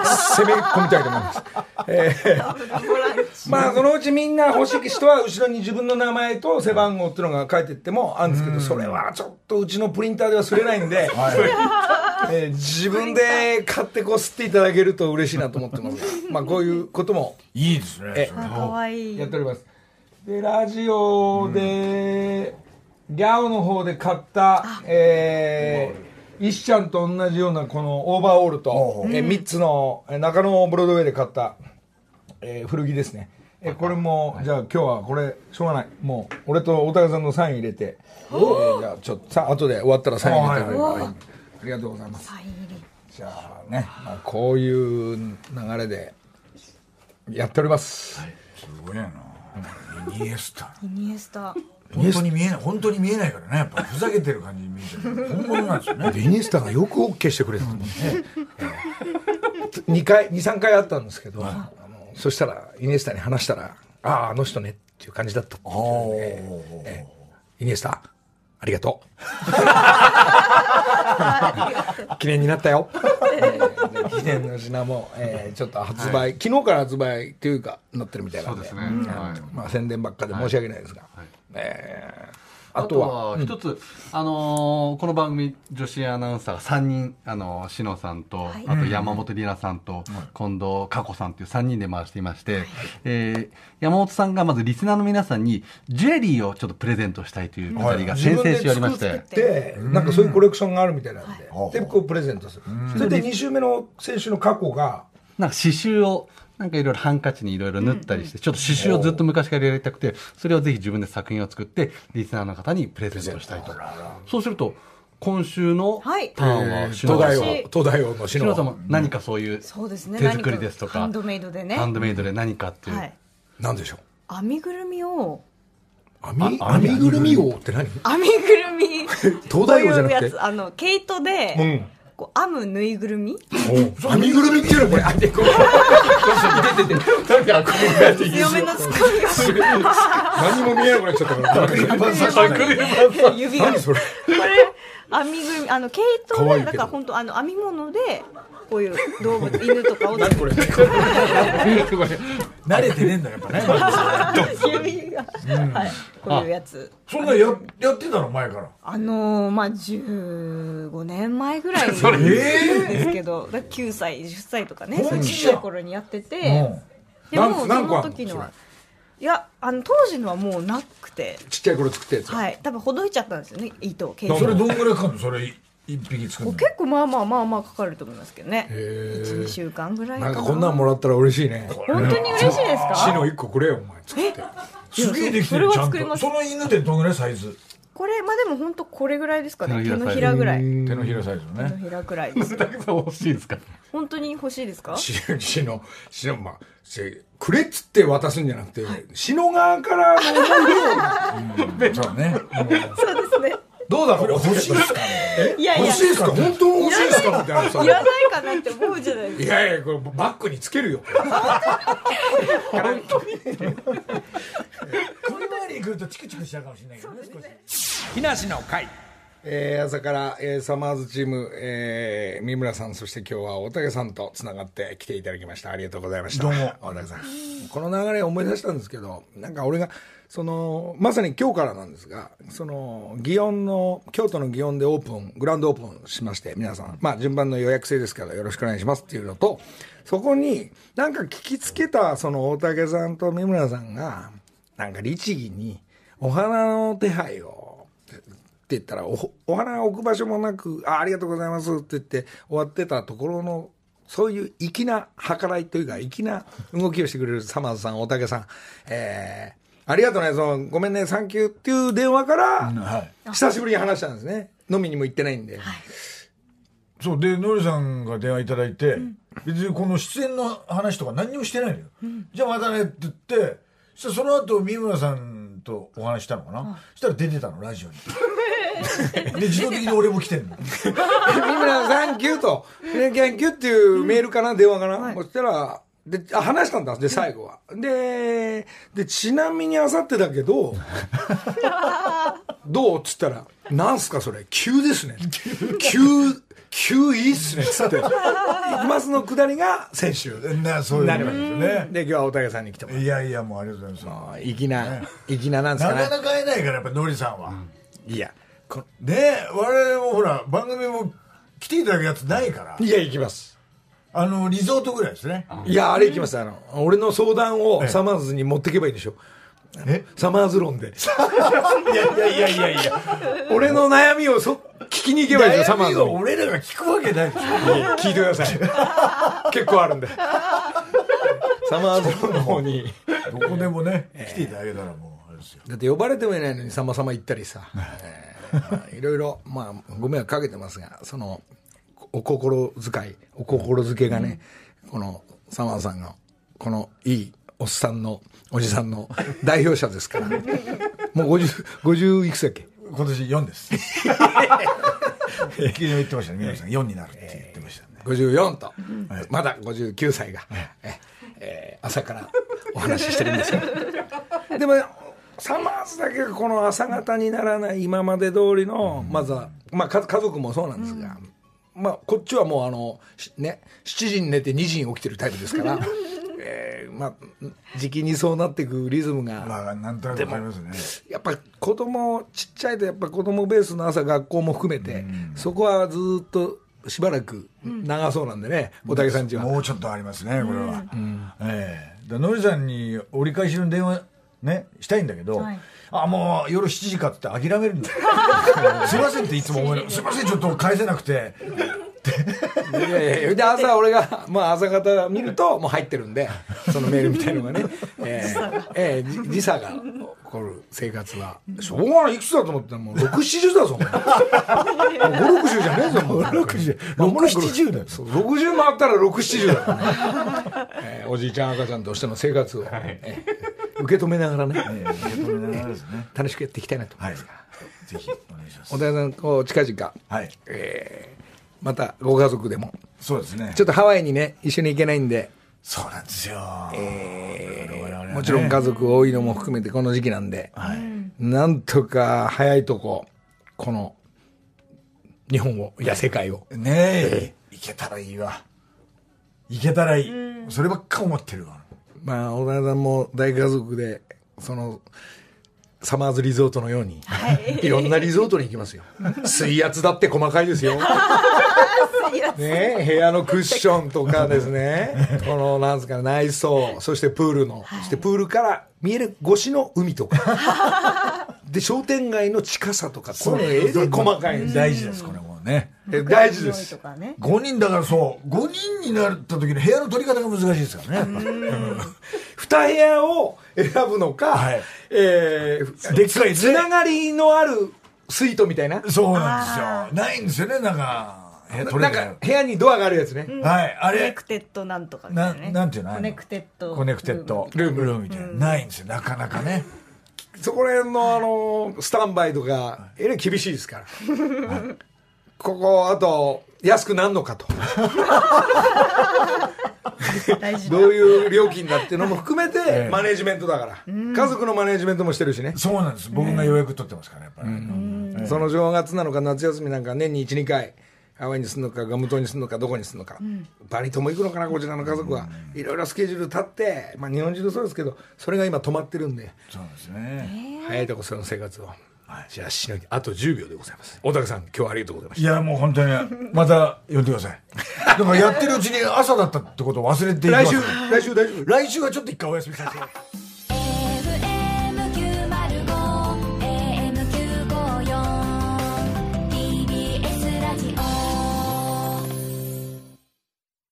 A: 攻め込みたいと思います、えーまあそのうちみんな欲しい人は後ろに自分の名前と背番号っていうのが書いてってもあるんですけどそれはちょっとうちのプリンターではすれないんで、えー自分で買ってこすっていただけると嬉しいなと思ってますがまあこういうことも
B: いいですね
A: え
B: それ
C: あ可愛い
A: やっておりますでラジオで、ギャオの方で買ったえー、石ちゃんと同じようなこのオーバーオールと、え3つのえー中野ブロードウェイで買った、えー古着ですねえーこれも、じゃあ今日はこれしょうがないもう俺と大竹さんのサイン入れて、えーじゃあちょっとさ後で終わったらサイン入れてくれるから、ありがとうございます
C: 可愛い
A: じゃあね、まあ、こういう流れでやっております、
B: すごいなイニエスタ
C: イニエスタ
B: 本当に見えない本当に見えないからねやっぱふざけてる感じに見えてる本物なんですよね
A: でイニエスタがよく OK してくれたと思うね、2回23回あったんですけど、あのそしたらイニエスタに話したら「あああの人ね」っていう感じだった
B: おお
A: イニエスタありが とう記念になったよ、えー記念の品も、えーちょっと発売、昨日から発売というかなってるみたいなん
D: そう
A: で
D: ですね。はい。
A: まあ、宣伝ばっかで申し訳ないですが、えーあ
D: あ
A: と
D: と
A: は
D: は一つ、あのーこの番組女子アナウンサーが3人、あのー、篠さんと、
C: い
D: あと山本里奈さんと、近藤佳子さんという3人で回していまして、えー山本さんがまずリスナーの皆さんにジュエリーをちょっとプレゼントしたいという語りが先々週ありまして、
A: でなんかそういうコレクションがあるみたいなんで、でこうプレゼントする、それで2週目の選手の過去が
D: なんか刺繍をなんかいろいろハンカチにいろいろ縫ったりして、ちょっと刺繍をずっと昔からやりたくて、それをぜひ自分で作品を作って、リスナーの方にプレゼントしたいと。そうすると、今週のタ
C: はい
D: ーンは篠
A: 東
D: 田さん
A: 大王東大王の篠
D: 篠田さんも何かそういう
C: そうですね
D: 手作りですとか
C: 何かハンドメイドでね
D: ハンドメイドで何かっていう、
C: はい
A: なんでしょう
C: 編みぐるみを
A: 編み編みぐるみ王って何
C: 編みぐるみ
A: 東大王じゃなくて
C: こういうやつあの毛糸で、
A: うん
C: こう編むぬいぐるみ
A: 編みぐるみっていうの これあでこう出ててなんかこうやって
C: 強めのツッコミが
A: 何も見えなくなっちゃったからアクリル板刺してる
C: 指が
A: 何それ
C: これ編みぐるみあの毛糸
A: 可愛い
C: の
A: けど
C: だから本当あの編み物でこういう 動物犬とかを
A: 何こ れ
B: 慣れてねえんだやっぱね
C: 指が、はいこういうやつ
B: そんなややってたの前から
C: あのー、まあ15年前ぐ らいなんですけど、だから9歳10歳とかねそういう小さい頃にやってて、で
A: なん
C: もうそ
A: 何個あ
C: の
A: んの
C: 時の
A: それ
C: はいやあの当時のはもうなくて
A: ちっちゃい頃作ったやつ
C: はい多分ほどいちゃったんですよね糸を毛
B: それ
C: 糸
B: どんぐらいかかるのそれ一匹作る
C: こ
B: の
C: う結構まあまあまあまあかかると思いますけどね
A: へ
C: 12週間ぐらいか
A: な
C: なん
A: かこんなんもらったら嬉しいね
C: 本当に嬉しいです
A: 死
C: か
A: の一個くれよお前作って
B: すげえできてる
C: いや
B: ち
C: そ
B: ゃん
C: それは作りま
B: と
C: す
B: その犬でどのぐらいサイズ
C: これまあでも本当これぐらいですかね
D: 手
C: 手
D: のひら
C: のひらぐらい手
B: 手のひらサイズの
C: の
B: ね
C: ひらぐら いです
D: たくさん 欲しいですか
C: 本当に欲しいです か
A: ししの、しの、まあ、せくれっつって渡すんじゃなくて、しの側からの
B: そうね
C: そうですね
A: どうだろう
B: 欲しいですか
C: いやい
A: 欲
C: や
A: しいですか本当に欲しいですかみたいなさ
C: いらないかなって思うじゃないです
A: い
C: か
A: やいや、これバッグにつけるよ。
B: 首回りに来るとチクチクしちゃうかもしれないけどね少し
A: 木梨の会。えー朝から、えーサマーズチーム、えー三村さん、そして今日は大竹さんとつながって来ていただきました。ありがとうございました。
B: どうも
A: 大竹さん。この流れを思い出したんですけど、なんか俺が、その、まさに今日からなんですが、その、祇園の、京都の祇園でオープン、グランドオープンしまして、皆さん、まあ順番の予約制ですけど、よろしくお願いしますっていうのと、そこになんか聞きつけた、その大竹さんと三村さんが、なんか律儀に、お花の手配を、って言ったらおお花を置く場所もなくあありがとうございますって言って終わってたところのそういう粋な計らいというか粋な動きをしてくれるサマーズさん大竹さん、えー、ありがとうねそのごめんねサンキューっていう電話から、
B: はい
A: 久しぶりに話したんですね飲みにも行ってないんで、
B: そうでノリさんが電話いただいて、別にこの出演の話とか何にもしてないのよ、じゃあまたねって言ってそしたらその後三村さんとお話したのかな、そしたら出てたのラジオにで自動的に俺も来てんの
A: で三村サンキューと、でサンキューっていうメールかな、電話かな、そしたら、で、あ、話したんだ。で、最後は。で、で、ちなみにあさってだけ ど、どうっつったら、なんすかそれ、急ですね。急、急いいっすね。つって。いきますのくだりが先週。
B: なそういうことですよね
A: で、今日は大竹さんに来てもらっ
B: いやいやもうありがとうございま
A: た。粋な、粋ななんですすか
B: な
A: ね
B: か。なか会えないからやっぱノリさんは、
A: いや、こ
B: ねえ我々もほら番組も来ていただくやつないから
A: いや、行きます。
B: あのリゾートぐらいですね
A: いや、あれ行きます。あの、俺の相談を
B: ええ
A: サマーズに持ってけばいいでしょ。
B: え
A: サマーズ論で。
B: いやいやいやいやいや
A: 俺の悩みをそ聞きに行けばいいでしょ、サマー
B: 悩み
A: ズ
B: を
A: に。
B: 俺らが聞くわけないでしょ
A: いや聞いてください。結構あるんで。サマーズ論の方に。
B: どこでもね、来ていただけたらもう、あれですよ。
A: だって呼ばれてもいないのに、さまさま行ったりさ。えーまあいろいろ、まあ、ご迷惑かけてますが、その、お心遣い、お心づけがね、この、サマーさんが、この、いい、おっさんの、おじさんの代表者ですから。もう50、50いくつだっけ
B: 今年4です。 昨日言ってましたね、皆さん。4になるって言ってましたね。
A: 54と、まだ59歳が、ええー朝からお話ししてるん ですがでもサマーズだけがこの朝方にならない今まで通りの、まずは、まあ、か家族もそうなんですが、まあ、こっちはもうあの、しね、7時に寝て2時に起きてるタイプです から、えーまあ、時期にそうなっていくリズムが。
B: まあ、なんとなくわかりますね。
A: やっぱ子供ちっちゃいとやっぱ子供ベースの朝学校も含めて、そこはずーっとしばらく長そうなんでね、おたけさんちは
B: もうちょっとありますね、これは。ええ。だからノリさんに折り返しの電話、ね、したいんだけど、あ、もう夜7時かって諦め るんだすいませんっていつも思いなすいません、ちょっと返せなくて。
A: いやいやいやで朝俺が、まあ、朝方見るともう入ってるんでそのメールみたいの がね、えーえーじ時差が起こる生活はしょうがないいくつだと思ってたらもう670だぞ560じゃねえぞもう
B: 670だよ
A: そう60回ったら670だから ね、えーおじいちゃん赤ちゃんとしての生活を、えー受け止めながらね、
B: ええこれながらですね
A: 楽しくやっていきたいなと思
B: はいい
A: ますが、。
B: ぜひ、お願いします
A: 小。田さん、こう近々、
B: はい。
A: えーまたご家族でも、
B: そうですね
A: ちょ。っとハワイにね、一緒に行けないんで、
B: そうなんですよ。
A: もちろん家族多いのも含めてこの時期なんで、なんとか早いとこ、この日本を、いや、世界を、
B: ねえ、いけたらいいわ。いけたらいい。そればっか思ってるわ。
A: まあ、小田さんも大家族で、その、サマーズリゾートのように、い、ろんなリゾートに行き ますよ。水圧だって細かいですよ。ねえ、部屋のクッションとかですね、この、なんですかね、内装、そしてプールの、そしてプールから見える越しの海と か、で、商店街の近さとか、この絵で細かいんですよ
B: 大事です、これもうね。
A: え大事です
C: とかね。
B: 5人だからそう、5人になった時の部屋の取り方が難しいですからね、やっぱ
A: 二部屋を選ぶのか、
B: はい
A: えー
B: でっかいね
A: つながりのあるスイートみたいな
B: そうなんですよ。ないんですよね、なんか。部屋取
A: な
B: れ
A: ん
B: ない
A: か部屋にドアがあるやつね、
B: はい、あ
C: コネ
B: れ、
C: クテッドなんとかみた
B: ない
C: なね。
B: なんていうのあ
C: コ
B: あいう
C: ネ
B: の
C: クテッド。
B: コネクテッド
A: ルーム
B: ルームみたいな。ないんですよ、なかなかね。
A: そこら辺のあのスタンバイとかえらい厳しいですから、ここあと安くなんのかと
C: 大事な。
A: どういう料金だっていうのも含め
B: え
A: て
B: え
A: マネジメントだから、家族のマネジメントもしてるしね、
B: そうなんです。僕が予約取ってますから、やっぱり。
A: その正月なのか夏休みなんか年に12回ハワイにするのかガム島にするのかどこにするのか、バリ島行くのかなこちらの家族は、いろいろスケジュール立って、まあ、日本中そうですけどそれが今止まってるんで
B: そうなんですね。
A: 早いとこその生活を、じゃあしのぎあと10秒でございます大竹さん今日はありがとうございました
B: いや、もう本当に、また呼んでください。だ からやってるうちに朝だったってことを忘れていきま
A: 来
B: す
A: 週来週大丈夫
B: 来週はちょっと一回お休みさせて。